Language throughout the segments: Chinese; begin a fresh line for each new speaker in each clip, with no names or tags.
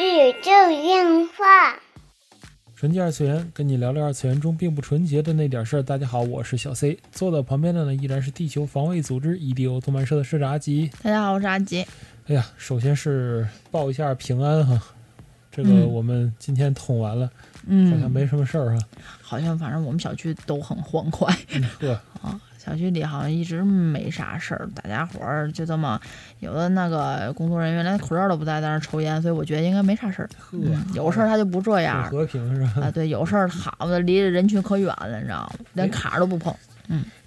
宇宙电话。
纯洁二次元，跟你聊聊二次元中并不纯洁的那点事儿。大家好，我是小 C，坐到旁边的呢依然是地球防卫组织 EDO 动漫社的社长阿吉。
大家好，我是阿杰。
哎呀，首先是报一下平安哈，这个
嗯
我们今天捅完了，
嗯，
好像没什么事儿哈。
好像反正我们小区都很欢快
嗯呵，
啊，小区里好像一直没啥事儿，大家伙儿就这么，有的那个工作人员连口罩都不戴，在那儿抽烟，所以我觉得应该没啥事儿。
呵
嗯，有事儿他就不这
很
样
啊和平是吧？
啊，对，有事儿好嘛，离着人群可远了，你知道吗？连卡儿都不碰。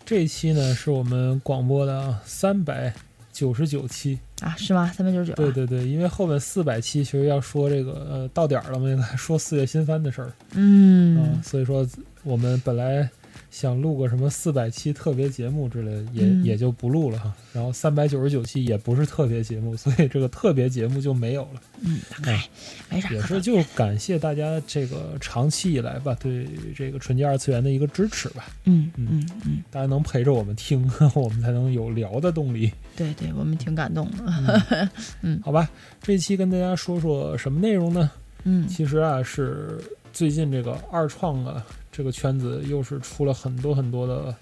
这一期呢是我们广播的三百九十九期，
啊，是吗？三百九十九。
对，对对，因为后面四百期其实要说这个呃到点儿了嘛，应该说四月新番的事儿啊、
嗯，
所以说我们本来想录个什么四百期特别节目之类的，也、
嗯
也就不录了哈。然后三百九十九期也不是特别节目，所以这个特别节目就没有了。
嗯，哎，没啥可
也
说。
是就感谢大家这个长期以来吧对这个纯洁二次元的一个支持吧，
嗯
嗯
嗯嗯，
大家能陪着我们听， 我们才能有聊的动力。嗯
对对，我们挺感动的。
好吧，这一期跟大家说说什么内容呢？
嗯
其实啊，是最近这个二创啊，这个圈子又是出了很多很多的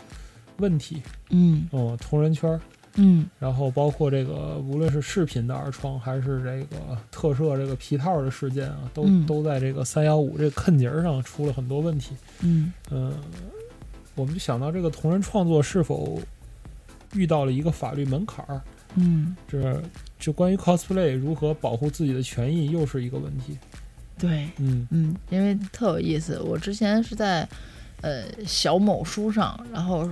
问题，
嗯
嗯，同人圈儿，
嗯
然后包括这个无论是视频的二创，还是这个特摄这个皮套的事件啊，都、
嗯
都在这个三幺五这个坑节儿上出了很多问题。
嗯
嗯，我们就想到这个同人创作是否遇到了一个法律门槛儿，
嗯，
这就关于 cosplay 如何保护自己的权益又是一个问题。
对。
嗯
嗯，因为特有意思，我之前是在呃小某书上，然后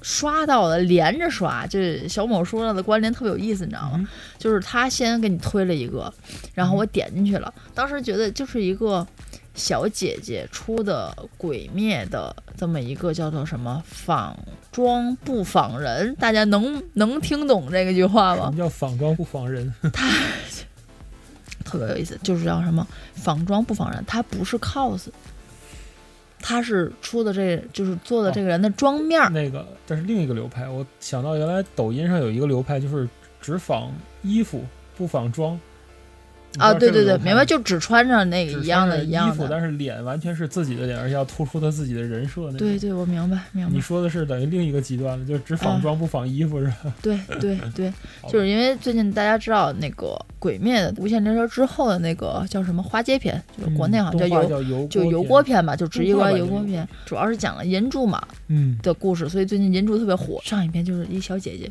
刷到的，连着刷，就是小某书上的关联特别有意思，你知道吗？
嗯
就是他先给你推了一个，然后我点进去了，当时觉得就是一个小姐姐出的鬼灭的这么一个叫做什么仿妆不仿人，大家能能听懂这个句话
什
吗
么？叫仿妆不仿人？
特别有意思，就是叫什么仿妆不仿人，它不是 cos，它是出的这就是做的这个人的妆面儿。
那个，但是另一个流派，我想到原来抖音上有一个流派，就是只仿衣服不仿妆。你知道
啊，对
这个
对对，
流派
明白，就只穿上那
吗
个
只
一样的，
穿着
一样
衣服，
的。
但是脸完全是自己的脸，而且要突出他自己的人设。那种
对，对，我明白明
你
白。
说的是等于另一个极端了，就是只仿妆不仿衣
嗯
服是吧？
对 对对
好，
就是因为最近大家知道那个《鬼灭》的《无限列车》之后的那个叫什么花街篇，就是国内好
嗯
像叫
动画
油、
叫油
就油
锅
锅
片，
篇吧，就直译过来
动画版
油锅
的
篇，主要是讲了银柱嘛，
嗯，
的故事，所以最近银柱特别火。上一篇就是一小姐姐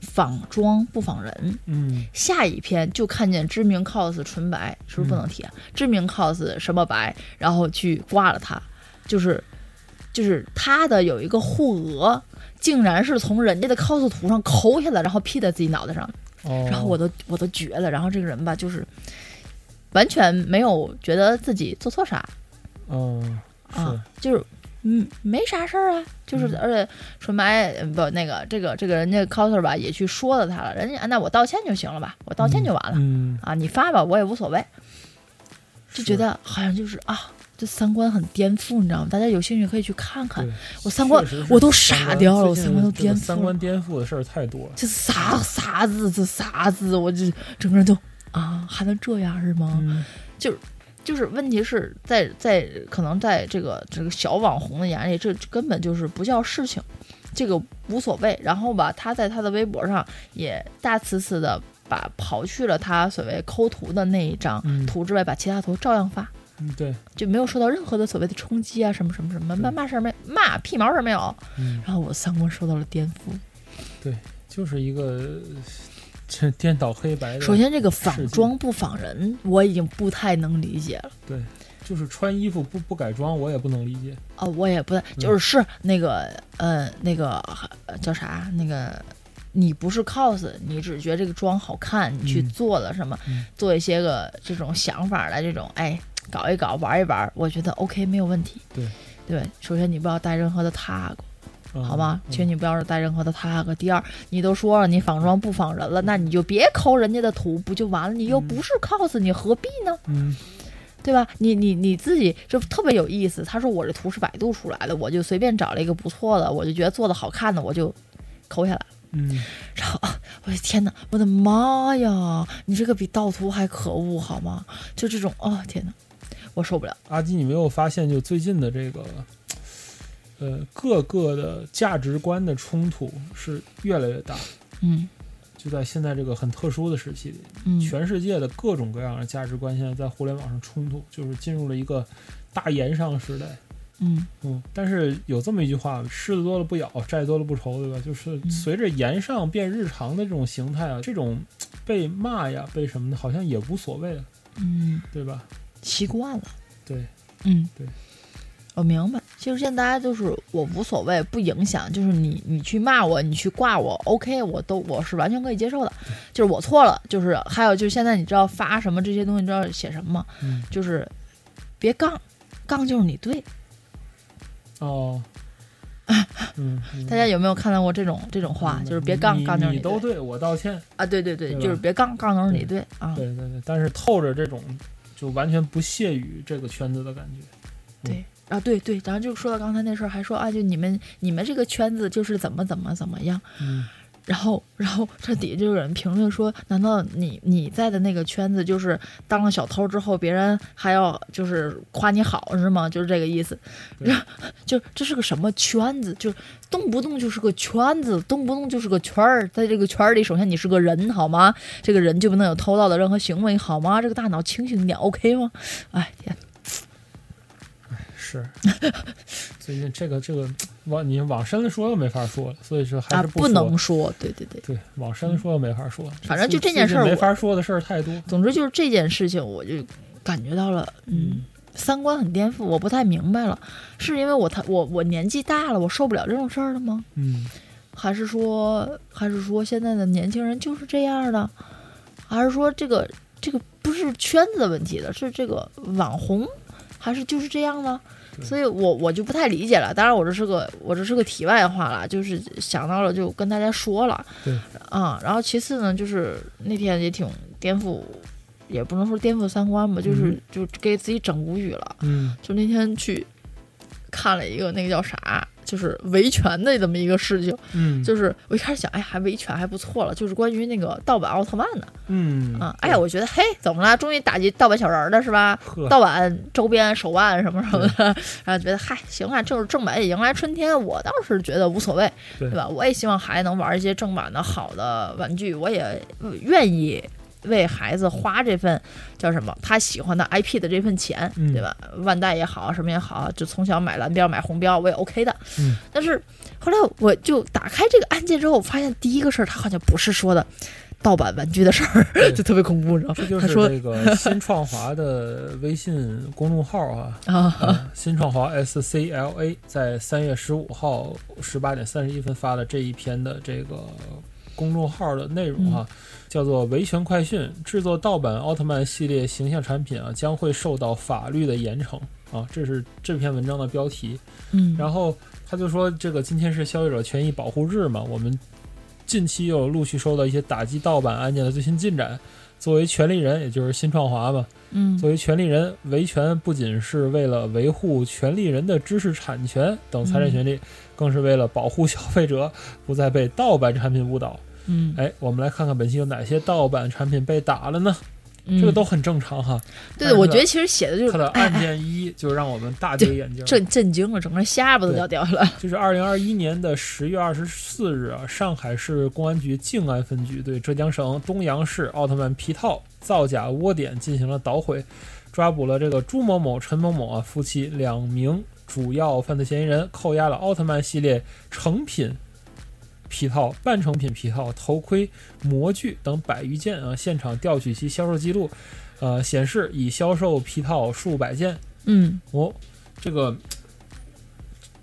仿妆不仿人，
嗯，
下一篇就看见知名 cos 纯白，是不是不能提啊？
嗯
知名 cos 什么白，然后去挂了他，就是就是他的有一个护额，竟然是从人家的 cos 图上抠下来，然后 P 在自己脑袋上，
哦，
然后我都我都绝了。然后这个人吧，就是完全没有觉得自己做错啥，
嗯
啊
是，
就是嗯，没啥事儿啊，就是、
嗯
而且纯白呃不那个这个这个人家 coser 吧也去说了他了，人家那我道歉就行了吧，我道歉就完了、
嗯，
啊，你发吧，我也无所谓，就是觉得好像就是啊，这三观很颠覆，你知道吗？大家有兴趣可以去看看
对，
我三观
确实是
我都
三
傻
观
掉了，我
最
三
近
观都
这个
颠
三
覆了
观，颠覆的事儿太多了。
这啥啥字这啥字，我这整个人都啊还能这样是吗？
嗯
就是问题是在在可能在这个这个小网红的眼里，这这根本就是不叫事情，这个无所谓。然后吧，他在他的微博上也大呲呲的把刨去了他所谓抠图的那一张
嗯
图之外，把其他图照样发，
嗯，对，
就没有受到任何的所谓的冲击啊，什么什么什么，骂骂事儿没骂屁毛事儿没有。
嗯，
然后我三观受到了颠覆。
就是一个这颠倒黑白的。
首先，这个
是
仿
的
妆不仿人，我已经不太能理解了。
就是穿衣服不不改装，我也不能理解。
哦，我也不太，就是是那个，呃，那个呃叫啥？那个，你不是 cos，你只觉得这个妆好看，你去
嗯
做了什么，
嗯
做一些个这种想法来，这种哎，搞一搞，玩一玩，我觉得 OK 没有问题。
对
对，首先你不要带任何的 tag，
嗯、
好吗？
嗯
请你不要带任何的 tag。第二，你都说了你仿妆不仿人了，那你就别抠人家的图，不就完了？你又
嗯
不是 cos，你何必呢？
嗯
对吧？你你你自己就特别有意思。他说我这图是百度出来的，我就随便找了一个不错的，我就觉得做的好看的，我就抠下来了。
嗯，
然后 啊我的天哪，我的妈呀，你这个比盗图还可恶好吗？就这种，哦天哪，我受不了。
阿基，你没有发现就最近的这个，呃，各个的价值观的冲突是越来越大，
嗯
就在现在这个很特殊的时期里，
嗯，
全世界的各种各样的价值观现在在互联网上冲突，就是进入了一个大盐商时代。
嗯
嗯，但是有这么一句话：“虱子多了不咬，债多了不愁”，对吧？就是
嗯
随着盐上变日常的这种形态啊，这种嘖被骂呀、被什么的，好像也无所谓了，
嗯，
对吧？
习惯了。
对，
嗯，
对，
我明白。其实现在大家就是我无所谓，不影响。就是你你去骂我，你去挂我，OK，我都我是完全可以接受的。就是我错了，就是还有就是现在你知道发什么这些东西，你知道写什么吗？
嗯，
就是别杠，杠就是你对。
哦， 嗯，嗯
大家有没有看到过这种这种话？
嗯
就是别杠，
你
杠就是
你都
对
对我道歉，
啊！对对对，
对吧
就是别杠，杠就是你对啊！
对对对，但是透着这种就完全不屑于这个圈子的感觉，嗯
对啊对对，然后就说到刚才那事儿，还说啊，就你们你们这个圈子就是怎么怎么怎么样。
嗯，
然后，然后这底下就有人评论说：“ 难道你你在的那个圈子，就是当了小偷之后，别人还要就是夸你好是吗？就是这个意思。
对
就这是个什么圈子？就是动不动就是个圈子，动不动就是个圈儿。在这个圈儿里，首先你是个人好吗？这个人就不能有偷盗的任何行为好吗？这个大脑清醒一点，OK 吗？ 哎天，
是。最近这个这个往你往深了说又没法说了，所以说还
啊，
是
不
说
能说，对对对。
对，往深说又没法说。
反正就
最
这件
最近
事儿
没
我
法说的事儿太多。
总之就是这件事情，我就感觉到了，嗯，三观很颠覆，我不太明白了，是因为我太我我年纪大了，我受不了这种事儿了吗？
嗯，
还是说还是说现在的年轻人就是这样的？还是说这个这个不是圈子的问题了，是这个网红还是就是这样呢？
对
所以我我就不太理解了。当然，我这是个我这是个题外话了，就是想到了就跟大家说了。
对，
啊、然后其次呢，就是那天也挺颠覆，也不能说颠覆三观吧，就是、
嗯
就给自己整无语了。
嗯
就那天去看了一个那个叫啥，就是维权的这么一个事情。
嗯，
就是我一开始想，哎，还维权还不错了，就是关于那个盗版奥特曼的
嗯
啊，哎呀，，我觉得嘿，怎么了？终于打击盗版小人儿了是吧？
呵，
盗版周边手腕什么什么的， 然后觉得嗨，行啊，就是正版也迎来春天，我倒是觉得无所谓，
对
对吧？我也希望孩子能玩一些正版的好的玩具，我也呃愿意为孩子花这份叫什么他喜欢的 IP 的这份钱，
嗯
对吧？万代也好，什么也好，就从小买蓝标买红标，我也 OK 的。
嗯
但是后来我就打开这个案件之后，我发现第一个事儿，他好像不是说的盗版玩具的事儿， 就特别恐怖，你知道吗
这就
他
是
说
这 个新创华的微信公众号 啊，
啊，
呃新创华 SCLA 在三月十五号十八点三十一分发了这一篇的这个公众号的内容啊，叫做“维权快讯：制作盗版奥特曼系列形象产品啊，将会受到法律的严惩”啊，这是这篇文章的标题。
嗯，
然后他就说，这个今天是消费者权益保护日嘛，我们近期又陆续收到一些打击盗版案件的最新进展。作为权利人，也就是新创华嘛，
嗯
作为权利人，维权不仅是为了维护权利人的知识产权等财产权
嗯
利，更是为了保护消费者不再被盗版产品误导。
嗯，
哎，我们来看看本期有哪些盗版产品被打了呢？
嗯
这个都很正常哈。
对，
但是
我
呢
觉得其实写的就
它
是
的案件一就让我们大跌眼镜，
震震惊了，整个人下巴都要掉下来了。
就是二零二一年的十月二十四日啊，上海市公安局静安分局对浙江省东阳市奥特曼皮套造假窝点进行了捣毁，抓捕了这个朱某某、陈某某啊夫妻两名主要犯罪嫌疑人，扣押了奥特曼系列成品。皮套、半成品皮套、头盔、模具等百余件啊，现场调取其销售记录，呃，显示已销售皮套数百件，
嗯
哦，这个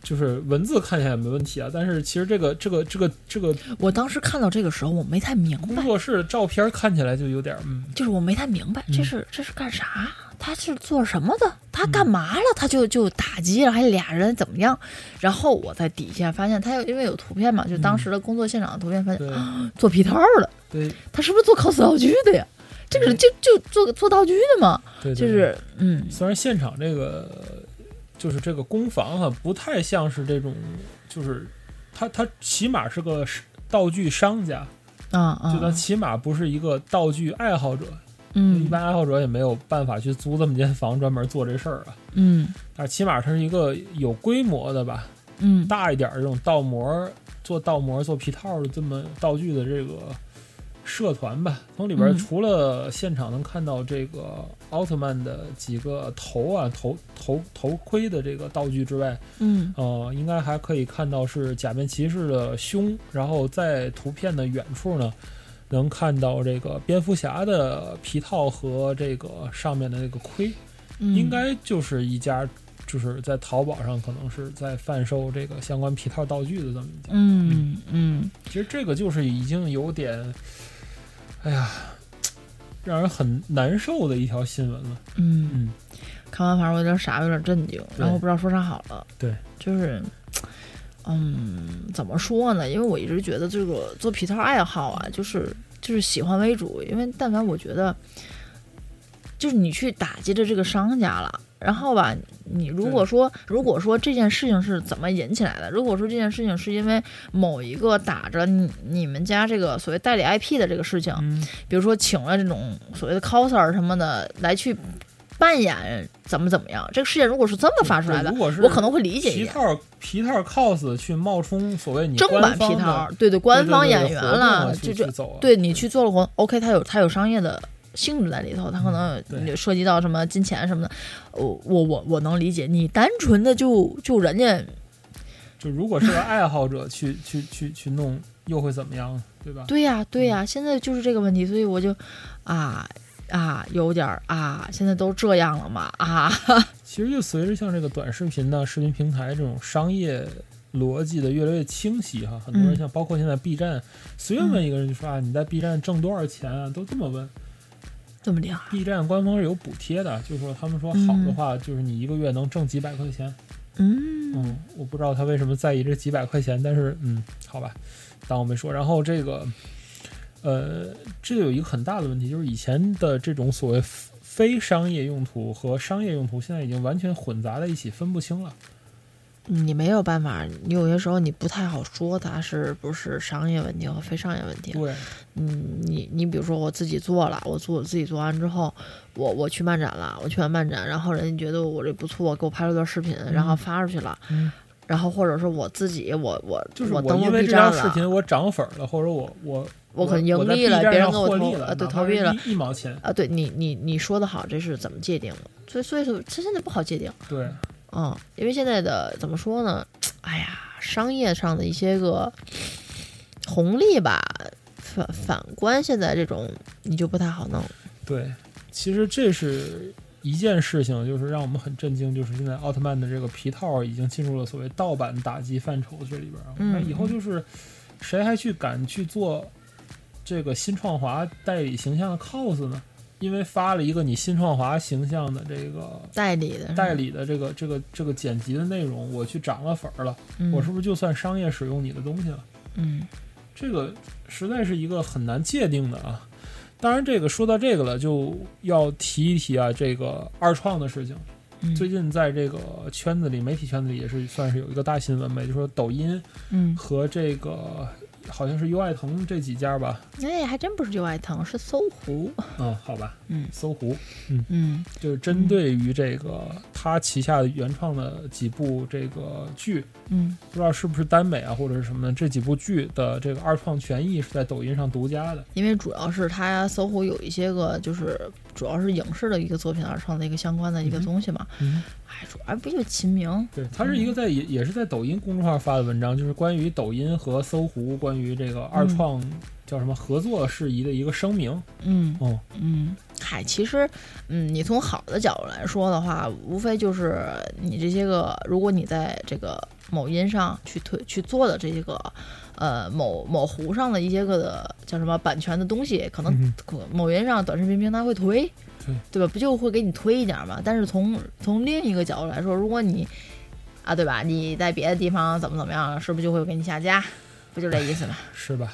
就是文字看起来没问题啊，但是其实这个这个这个这个
我当时看到这个时候，我没太明
工
白，
作室照片看起来就有点儿嗯，
就是我没太明白这
嗯
是这是干啥，他是做什么的，他干嘛了，他就就打击了，还俩人怎么样？然后我在底下发现他有因为有图片嘛，就当时的工作现场的图片，发现
嗯对
做皮套的，
对对
他是不是做 cos 道具的呀？这个人就就做做道具的嘛，
嗯对，
就
对
是嗯
虽然现场这个就是这个攻防啊，不太像是这种，就是它它起码是个是道具商家，
啊啊，
就他起码不是一个道具爱好者，一
嗯
般爱好者也没有办法去租这么间房专门做这事儿啊。
嗯
但是起码它是一个有规模的吧，
嗯
大一点儿这种倒模做倒模做皮套的这么道具的这个社团吧。从里边儿
嗯
除了现场能看到这个奥特曼的几个头啊头头头盔的这个道具之外，
嗯
呃，应该还可以看到是假面骑士的胸，然后在图片的远处呢。能看到这个蝙蝠侠的皮套和这个上面的那个盔，
嗯，
应该就是一家，就是在淘宝上可能是在贩售这个相关皮套道具的这么一家。
嗯嗯
其实这个就是已经有点，哎呀，让人很难受的一条新闻了。
嗯，
嗯，
看完反正我有点傻，有点震惊，然后不知道说啥好了。
对，
就是。嗯，怎么说呢？因为我一直觉得这个做皮套爱好啊，就是就是喜欢为主。因为但凡我觉得，就是你去打击着这个商家了，然后吧，你如果说如果说这件事情是怎么引起来的，如果说这件事情是因为某一个打着你你们家这个所谓代理 IP 的这个事情，
嗯
比如说请了这种所谓的 coser 什么的来去扮演怎么怎么样，这个事件如果是这么发出来的
如，果是
我可能会理解一
皮
点。
套皮套 cos 去冒充所谓你
正版
官方
皮
的
套，对对，
对对
官方
对
演
活
员
动啊
了，
去
就这
去走啊
对你去做了活动，OK，它有它有商业的性质在里头，它可能
嗯
有涉及到什么金钱什么的，我我我我能理解。你单纯的就就人家
就如果是个爱好者去去去去弄，又会怎么样，对吧？
对呀、对
嗯
呀、现在就是这个问题，所以我就啊啊有点儿啊，现在都这样了嘛啊，
其实就随着像这个短视频呢、视频平台这种商业逻辑的越来越清晰哈，很多人像包括现在 B 站，随便问一个人就说啊，你在 B 站挣多少钱啊，都这么问。
这么厉害，
B 站官方是有补贴的，就是说他们说好的话，就是你一个月能挣几百块钱。
嗯
嗯，我不知道他为什么在意这几百块钱，但是嗯，好吧，当我没说。然后这个，呃，这有一个很大的问题，就是以前的这种所谓非商业用途和商业用途，现在已经完全混杂在一起，分不清了。
你没有办法，有些时候你不太好说它是不是商业问题和非商业问题。
对，
嗯，你你比如说我自己做了，我做我自己做完之后，我我去漫展了，我去完漫展，然后人家觉得我这不错，给我拍了段视频，然后发出去了，
嗯
然后或者是我自己我我
就是
我
我
登
因
录
为
B
这
站
张视频
了，
我涨粉了，或者我我
我可能盈
在
利了
B 站
别
上
人给我
获
投
利了，
呃对
哪
投
怕是
币了
一一毛钱，
啊，对你你你说的好，这是怎么界定的？所以所以说，它现在不好界定。
对，
嗯，因为现在的怎么说呢？哎呀，商业上的一些个红利吧，反反观现在这种，你就不太好弄。
对，其实这是一件事情，就是让我们很震惊，就是现在奥特曼的这个皮套已经进入了所谓盗版打击范畴这里边儿啊。
嗯
那以后就是谁还去敢去做这个新创华代理形象的 cos 呢？因为发了一个你新创华形象的这个
代理的是吧
代，理的这个这个这个剪辑的内容，我去涨了粉儿了，
嗯、
我是不是就算商业使用你的东西了？
嗯
这个实在是一个很难界定的啊。当然，这个说到这个了，就要提一提啊，这个二创的事情。
嗯
最近在这个圈子里，媒体圈子里也是算是有一个大新闻吧，也就是说抖音
嗯，
和这个好像是优爱腾这几家吧，
哎，还真不是优爱腾，是搜狐。
嗯，好吧，
嗯
搜狐
嗯
就是针对于这个他旗下的原创的几部这个剧，
嗯
不知道是不是耽美啊或者是什么的，这几部剧的这个二创权益是在抖音上独家的。
因为主要是它搜狐有一些个就是主要是影视的一个作品而创的一个相关的一个
嗯哼
东西嘛，
嗯，
哎，主要不就秦明？
对，它是一个在也也是在抖音公众号发的文章，就是关于抖音和搜狐关于这个二创叫什么合作事宜的一个声明。
嗯
哦，
嗯，嗨，其实，嗯，你从好的角度来说的话，无非就是你这些个，如果你在这个某音上去推去做的这些个，呃，某某湖上的一些个的叫什么版权的东西，可能
嗯
可某音上短视频平台会推，
对
对吧？不就会给你推一点嘛？但是从从另一个角度来说，如果你啊，对吧？你在别的地方怎么怎么样，是不是就会给你下架？不就这意思吗？
是吧？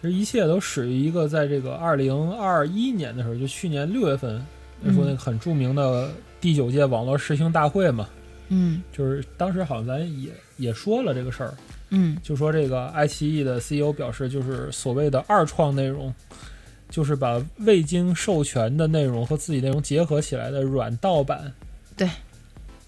其实一切都始于一个在这个二零二一年的时候，就去年六月份，那时候那个很著名的第九届网络实行大会嘛，
嗯
就是当时好像咱也也说了这个事儿，
嗯
就说这个爱奇艺的 CEO 表示，就是所谓的二创内容，就是把未经授权的内容和自己内容结合起来的软盗版。
对，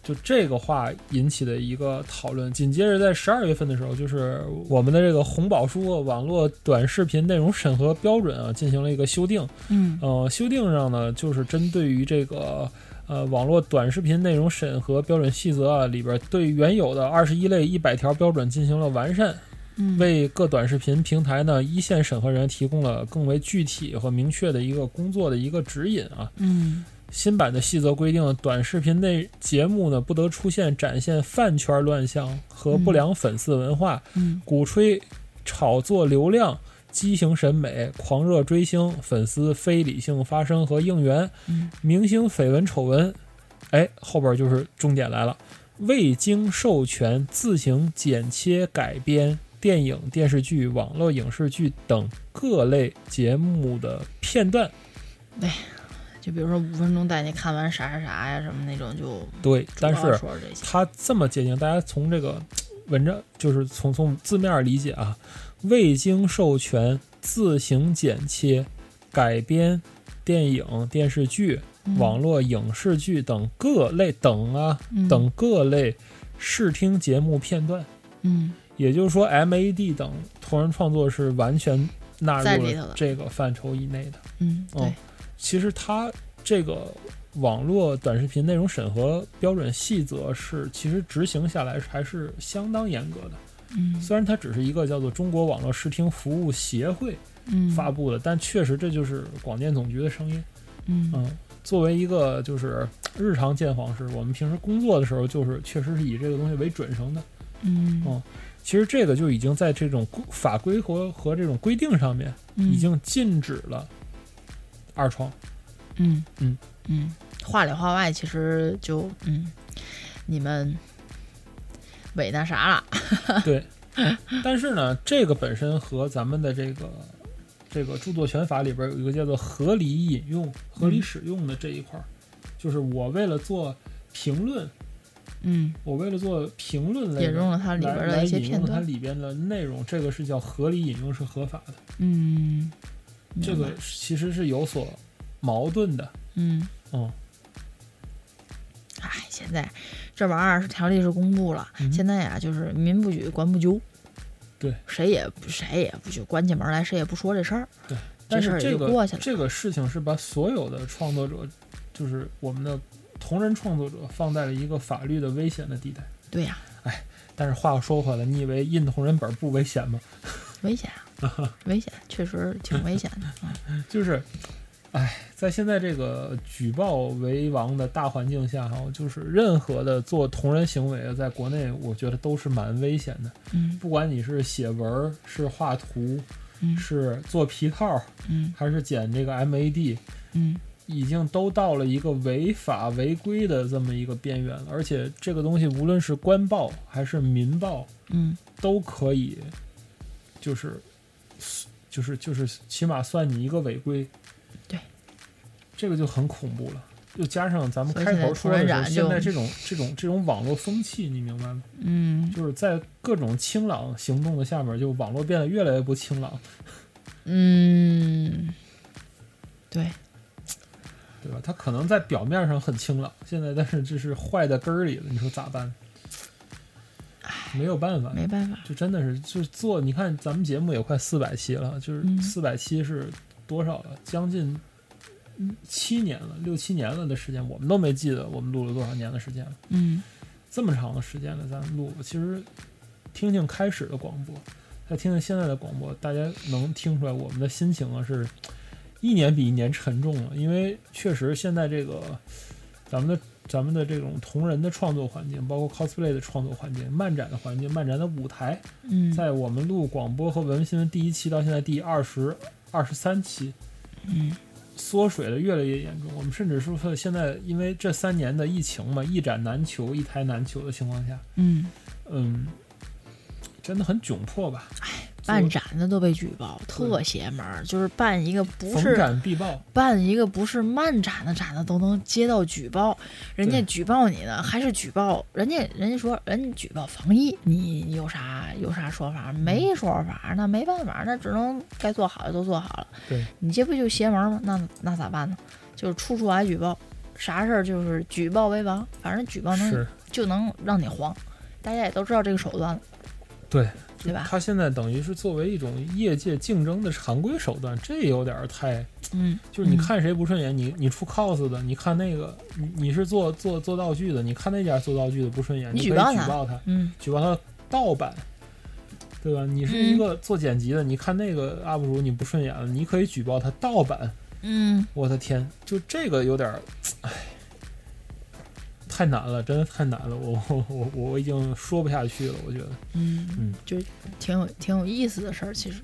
就这个话引起的一个讨论。紧接着在十二月份的时候，就是我们的这个红宝书网络短视频内容审核标准啊，进行了一个修订。
嗯
呃，修订上呢，就是针对于这个呃网络短视频内容审核标准细则啊里边对原有的二十一类一百条标准进行了完善，
嗯，
为各短视频平台呢一线审核人员提供了更为具体和明确的一个工作的一个指引啊。
嗯
新版的细则规定，短视频内节目呢不得出现展现饭圈乱象和不良粉丝文化，
嗯
鼓吹炒作流量、畸形审美、狂热追星、粉丝非理性发声和应援、
嗯
明星绯闻丑闻。哎，后边就是重点来了，未经授权自行剪切改编电影、电视剧、网络影视剧等各类节目的片段。
就比如说五分钟带你看完啥啥啥呀什么那种，就
对，但
主要
是
说这些，
它这么界定，大家从这个文章就是从从字面理解啊，未经授权自行剪切、改编电影、电视剧、
嗯
网络影视剧等各类等啊、
嗯
等各类视听节目片段，
嗯
也就是说，MAD 等同人创作是完全纳
在
入
里头
了
的
这个范畴以内的。
嗯
哦
对，
其实它这个网络短视频内容审核标准细则是，其实执行下来还是相当严格的。
嗯
虽然它只是一个叫做中国网络视听服务协会
嗯
发布的，但确实这就是广电总局的声音。
嗯
嗯，作为一个就是日常见访式，我们平时工作的时候，就是确实是以这个东西为准绳的。
嗯
哦其实这个就已经在这种规法规和和这种规定上面
嗯
已经禁止了二 创。
嗯
嗯
嗯，话里话外其实就嗯，你们伟那啥了，
对，但是呢，这个本身和咱们的这个这个著作权法里边有一个叫做合理引用、合
嗯
理使用的这一块儿，就是我为了做评论，
嗯，
我为了做评论类的
引用了它里边
来
的
来
一些
引
片
用它
段，
里边的内容，这个是叫合理引用是合法的，
嗯，
这
明
个
白
其实是有所矛盾的。
嗯
嗯，
哎，现在这玩意儿是条例是公布了，
嗯
现在呀就是民不举，官不究。
对，
谁也不谁也不去关起门来，谁也不说这事儿。
对，
这
但
事
是
儿也
这
就
个
过去了。
这个事情是把所有的创作者，就是我们的同人创作者，放在了一个法律的危险的地带。
对呀、
但是话又说回来，你以为印同人本不危险吗？
危险啊，危险，确实挺危险 的。嗯
就是，哎，在现在这个举报为王的大环境下，哈，就是任何的做同人行为，在国内我觉得都是蛮危险的。
嗯
不管你是写文儿、是画图、
嗯
是做皮套儿，
嗯
还是剪这个 MAD，
嗯
已经都到了一个违法违规的这么一个边缘了。而且这个东西，无论是官报还是民报，
嗯
都可以，就是，就是就是，起码算你一个违规。
对，
这个就很恐怖了。又加上咱们
所以
开
现在
头
突
说的
然
时候，
染
现
就
在这种这种这种网络风气，你明白吗？
嗯
就是在各种清朗行动的下面，就网络变得越来越不清朗，
嗯，对，
啊对吧？它可能在表面上很清朗，现在但是这是坏在根儿里了，你说咋办？没有办法，
没办法。
就真的是就是做，你看咱们节目也快四百期了，就是
嗯
四百期是多少了？将近嗯七年了，六七年了的时间，我们都没记得我们录了多少年的时间了。
嗯
这么长的时间了，咱们录，其实听听开始的广播，再听听现在的广播，大家能听出来我们的心情啊是一年比一年沉重了，因为确实现在这个咱们的。咱们的这种同人的创作环境，包括 cosplay 的创作环境、漫展的环境、漫展的舞台，
嗯，
在我们录广播和文新闻第一期到现在第二十二十三期，
嗯，
缩水的越来越严重。我们甚至说，现在因为这三年的疫情嘛，一展难求，一台难求的情况下，
嗯，
嗯，真的很窘迫吧？
办展的都被举报，特邪门儿。就是办一个不
逢
是
展必报，
办一个不是漫展的展的都能接到举报，人家
对
举报你呢，还是举报人家？人家说人家举报防疫，你有啥有啥说法？没
嗯
说法，那没办法，那只能该做好的都做好了。
对，
你这不就邪门吗？那那咋办呢？就是处处挨举报，啥事儿就是举报为王，反正举报能
是
就能让你黄，大家也都知道这个手段了。
对，
对吧？
它现在等于是作为一种业界竞争的常规手段，这有点儿太，
嗯，
就是你
嗯
看谁不顺眼，你你出 cos 的，你看那个你你是做做做道具的，你看那家做道具的不顺眼，
你
你
举
可以
报
举
他
报他，
嗯，
举报他盗版，对吧？你是一
嗯
个做剪辑的，你看那个 UP 主你不顺眼了，你可以举报他盗版。
嗯，
我的天，就这个有点儿，唉，太难了，真的太难了，我我我我已经说不下去了，我觉得。嗯
嗯，就挺有挺有意思的事儿，其实。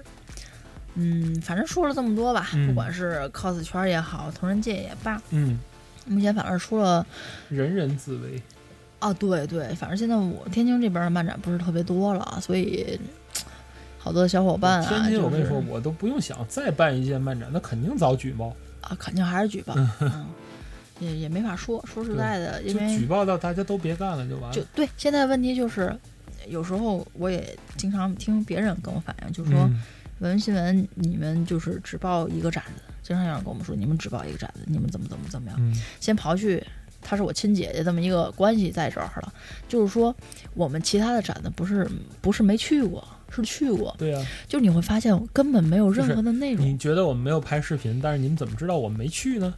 嗯，反正说了这么多吧，
嗯
不管是 cos 圈儿也好，同人界也罢，
嗯，
目前反正出了
人人自危。
啊，对对，反正现在我天津这边的漫展不是特别多了，啊所以嘖好多小伙伴啊，
天津，我跟你说
就，是
我都不用想，再办一届漫展，那肯定早举报，
啊，肯定还是举 报，嗯，也也没法说，说实在的，
就
因为
举报到大家都别干了就完
就
了。
对，现在问题就是，有时候我也经常听别人跟我反映，就说。
嗯，
文文新闻，你们就是只报一个展子，经常有人跟我们说，你们只报一个展子，你们怎么怎么怎么样？
嗯，
先刨去她是我亲姐姐这么一个关系在这儿了，就是说我们其他的展子不是不是没去过，是去过，
对啊，
就你会发现我根本没有任何的内容，
你觉得我们没有拍视频，但是你们怎么知道我们没去呢？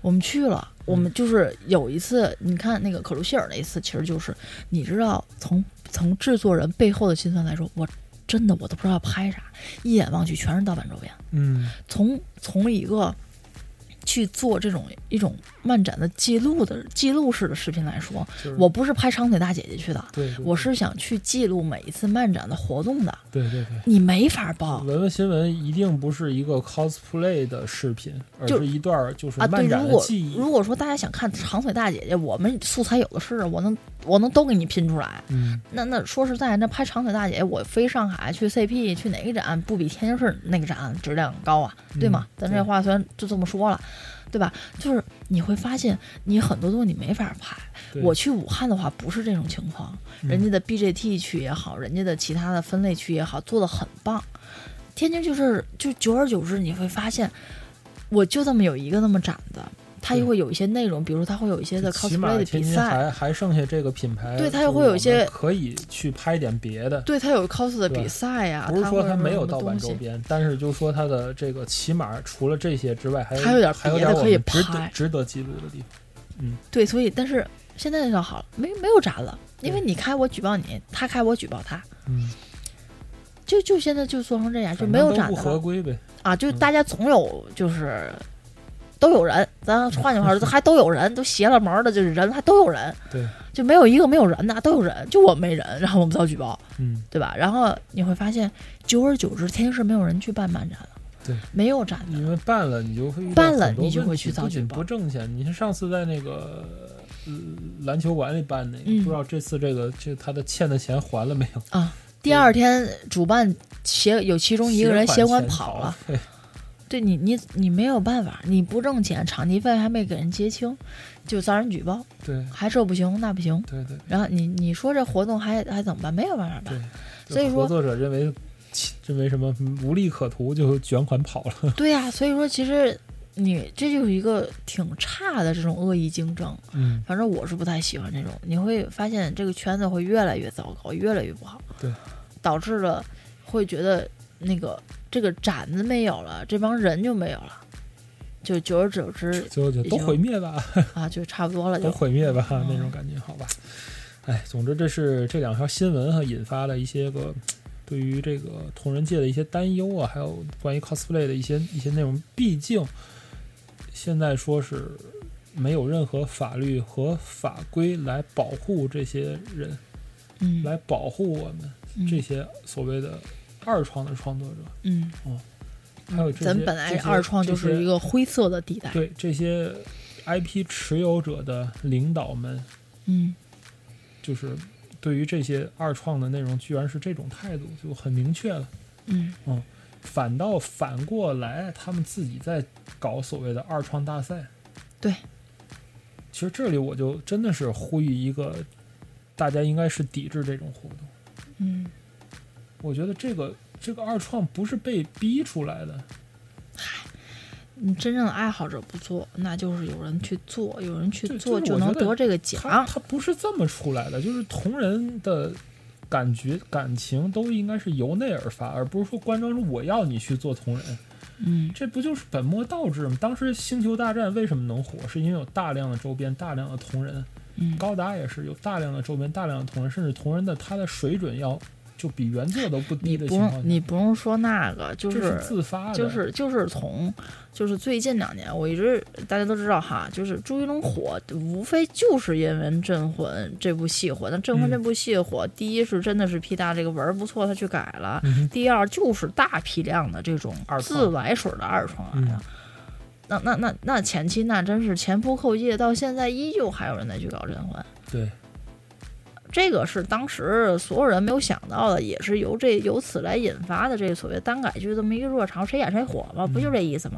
我们去了。我们就是有一次，你看那个可露希尔那一次，其实就是你知道从从制作人背后的心酸来说，我真的我都不知道要拍啥，一眼望去全是盗版周边。
嗯，
从从一个去做这种一种漫展的记录的记录式的视频来说，
就是
我不是拍长腿大姐姐去的，
对，对
我是想去记录每一次漫展的活动的。
对对对。
你没法报
文文新闻一定不是一个 cosplay 的视频，而
就是
一段儿就是
啊！对，
漫
如
展的
果
记忆。
如果说大家想看长腿大姐姐，我们素材有的是，我能我能都给你拼出来。
嗯，
那那说实在，那拍长腿大姐，我飞上海去 CP 去哪个展，不比天津市那个展质量高啊？对吗？
嗯
咱这话虽然就这么说了，对吧？就是你会发现，你很多东西你没法拍。
对
我去武汉的话，不是这种情况，
嗯
人家的 BJT 区也好，人家的其他的分类区也好，做的很棒。天津就是，就久而久之，你会发现，我就这么有一个那么展的，它
对
也会有一些内容，比如它会有一些的
起
cosplay
码
的
天
比
津
赛，
还还剩下这个品牌，
对它也
就是
会有
我
一些
们可以去拍点别的。
对，它有 cos 的
对
比赛呀、
不是
它
说
啊会
它没
什
有
么
盗版
东
周
西
边，但是就说它的这个起码除了这些之外，还有
还有点
还有
别的
点我
可以
们值得
拍
值得记录的地方。
对，所以但是现在倒好了，没没有展了，因为你开我举报你，他开我举报他，
嗯，
就就现在就做成这样，就
反
没
正
有
都
展
不
的
合
了
规呗。
啊！就
嗯
大家总有就是都有人，咱换句话说，还都有人，都邪了门儿的，就是人还都有人，
对，
就没有一个没有人的，都有人，就我没人，然后我们遭举报，
嗯，
对吧？然后你会发现，久而久之，天津市没有人去办漫展了，
对，
没有展
因
的，
为办了你就会遇到
办了
很多
你就
问
会
题
去遭
不仅
举报
不挣钱。你看上次在那个呃篮球馆里办那个，
嗯
不知道这次这个这他的欠的钱还了没有？
啊第二天主办协有其中一个人协管
钱
跑了。
对
对你，你你没有办法，你不挣钱，场地费还没给人结清，就遭人举报，
对
还这不行那不行。
对对
然后你你说这活动还还怎么办？没有办法办。
对，就
所以说
合作者认为认为什么无利可图，就卷款跑了。
对呀、所以说其实你这就是一个挺差的这种恶意竞争。
嗯，
反正我是不太喜欢这种，你会发现这个圈子会越来越糟糕，越来越不好。
对，
导致了会觉得那个这个展子没有了，这帮人就没有了，就久而久之
最 后就
已
都
经
毁灭吧。
啊，就差不多了就
都。毁灭吧，
嗯
那种感觉，好吧。哎，总之这是这两条新闻哈、引发了一些个对于这个同人界的一些担忧啊，还有关于 cosplay 的一些一些内容。毕竟现在说是没有任何法律和法规来保护这些人，
嗯，
来保护我们
嗯
这些所谓的二创的创作者。
嗯，
还有这些
咱本来
这些
二创就
这些
是一个灰色的地带。
对这些 IP 持有者的领导们，
嗯，
就是对于这些二创的内容，居然是这种态度，就很明确了。
嗯
反倒反过来，他们自己在搞所谓的二创大赛。
对，
其实这里我就真的是呼吁一个，大家应该是抵制这种活动。
嗯，
我觉得这个这个二创不是被逼出来的，
你真正的爱好者不做，那就是有人去做，有人去
对
做
就是
就
我
能
觉得
得这个
它
奖。
它不是这么出来的，就是同人的。感觉感情都应该是由内而发，而不是说官方说我要你去做同人，
嗯
这不就是本末倒置吗？当时《星球大战》为什么能火，是因为有大量的周边、大量的同人，
嗯，
高达也是有大量的周边、大量的同人，甚至同人的它的水准要就比原作都不低
你
的
不
情况
用
下，
你不用说那个，就
这
是
是自发的，
就是就是从就是最近两年，我一直大家都知道哈，就是朱一龙火，无非就是因为《镇魂》这部戏火。那《镇魂》
嗯
这部戏火，第一是真的是皮大这个文儿不错，他去改了；
嗯哼
第二就是大批量的这种
二创
自来水的二创来
嗯
了。那那那那前期那真是前仆后继，到现在依旧还有人在去搞镇魂，
对，
这个是当时所有人没有想到的，也是由这由此来引发的这所谓单改剧这么一个热潮，谁演谁火嘛，
嗯
不就这意思吗？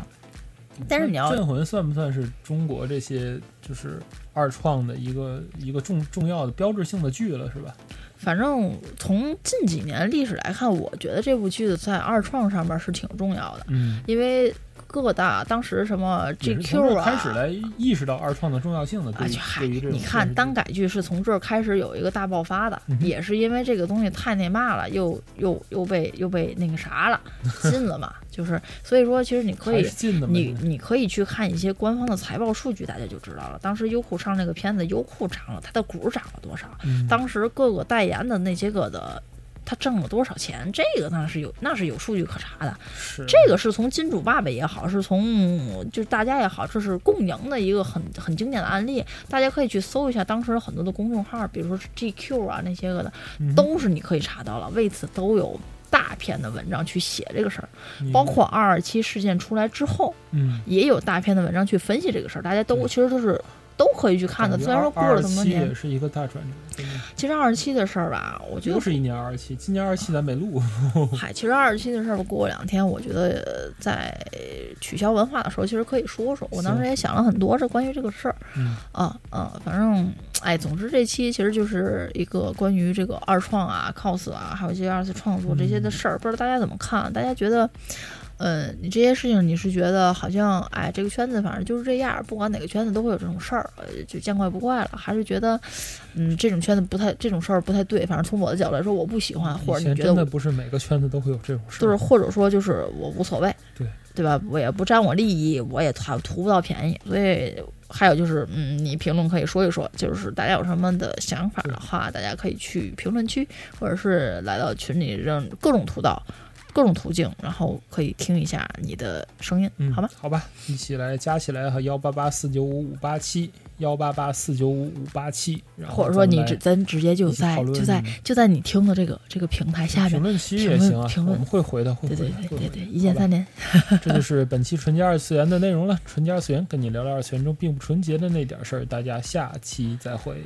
但是你要
那镇魂算不算是中国这些就是二创的一个一个重重要的标志性的剧了，是吧？
反正从近几年历史来看，我觉得这部剧在二创上面是挺重要的，
嗯，
因为各大当时什么
也是从这
GQ
儿
啊，
开始来意识到二创的重要性的，
啊，
对于
就嗨，
对于这种
你看单改剧是从这儿开始有一个大爆发的，
嗯哼
也是因为这个东西太那嘛了，又又又被又被那个 啥了，禁了嘛，就是所以说，其实你可
还
以
是近的嘛，
你你可以去看一些官方的财报数据，大家就知道了。当时优酷上这个片子，优酷涨了，它的股涨了多少？
嗯
当时各个代言的那些个的，他挣了多少钱？这个那是有那是有数据可查的。
是
这个是从金主爸爸也好，是从就是大家也好，这是共赢的一个很很经典的案例。大家可以去搜一下当时很多的公众号，比如说是 GQ 啊那些个的，
嗯
都是你可以查到了，为此都有大篇的文章去写这个事儿。
你
包括二二七事件出来之后，
嗯，
也有大篇的文章去分析这个事儿，大家都
对
其实都是都可以去看的。
感觉
虽然说过
二
了
嗯二
这么多
七也
年，
是一个大转折，真的
其实二十七的事儿吧，我觉得
又是一年二十七，今年二十七咱没录，
嗨，其实二十七的事儿吧过两天，我觉得呃在取消文化的时候，其实可以说说。我当时也想了很多这关于这个事儿
嗯，
啊啊，反正哎，总之这期其实就是一个关于这个二创啊、cos 啊，还有一些二次创作这些
嗯
的事儿，不知道大家怎么看？大家觉得？嗯，你这些事情你是觉得好像，哎，这个圈子反正就是这样，不管哪个圈子都会有这种事儿，呃就见怪不怪了。还是觉得，嗯，这种圈子不太，这种事儿不太对。反正从我的角度来说，我不喜欢，或
嗯以
者你
前
觉得
真的
我
不是每个圈子都会有这种事儿，
就是或者说就是我无所谓，
对
对吧？我也不占我利益，我也图图不到便宜，所以还有就是，嗯，你评论可以说一说，就是大家有什么的想法的话，大家可以去评论区，或者是来到群里让各种图道、各种途径，然后可以听一下你的声音，
嗯，
好吗？？
好吧，一起来加起来和幺八八四九五五八七幺八八四九五五八七，然后
或者说你
咱们
直
来
咱直接就
一起
在
讨论
就在就在你听的这个这个平台下
评
面，
论区
评
也
论
行啊，
评
我
论
们会回的，会
对
回的会
对，对
回
对
的
对，一键三。连，
好吧这就是本期纯洁二次元的内容了，纯洁二次元跟你聊聊二次元中并不纯洁的那点事儿，大家下期再会。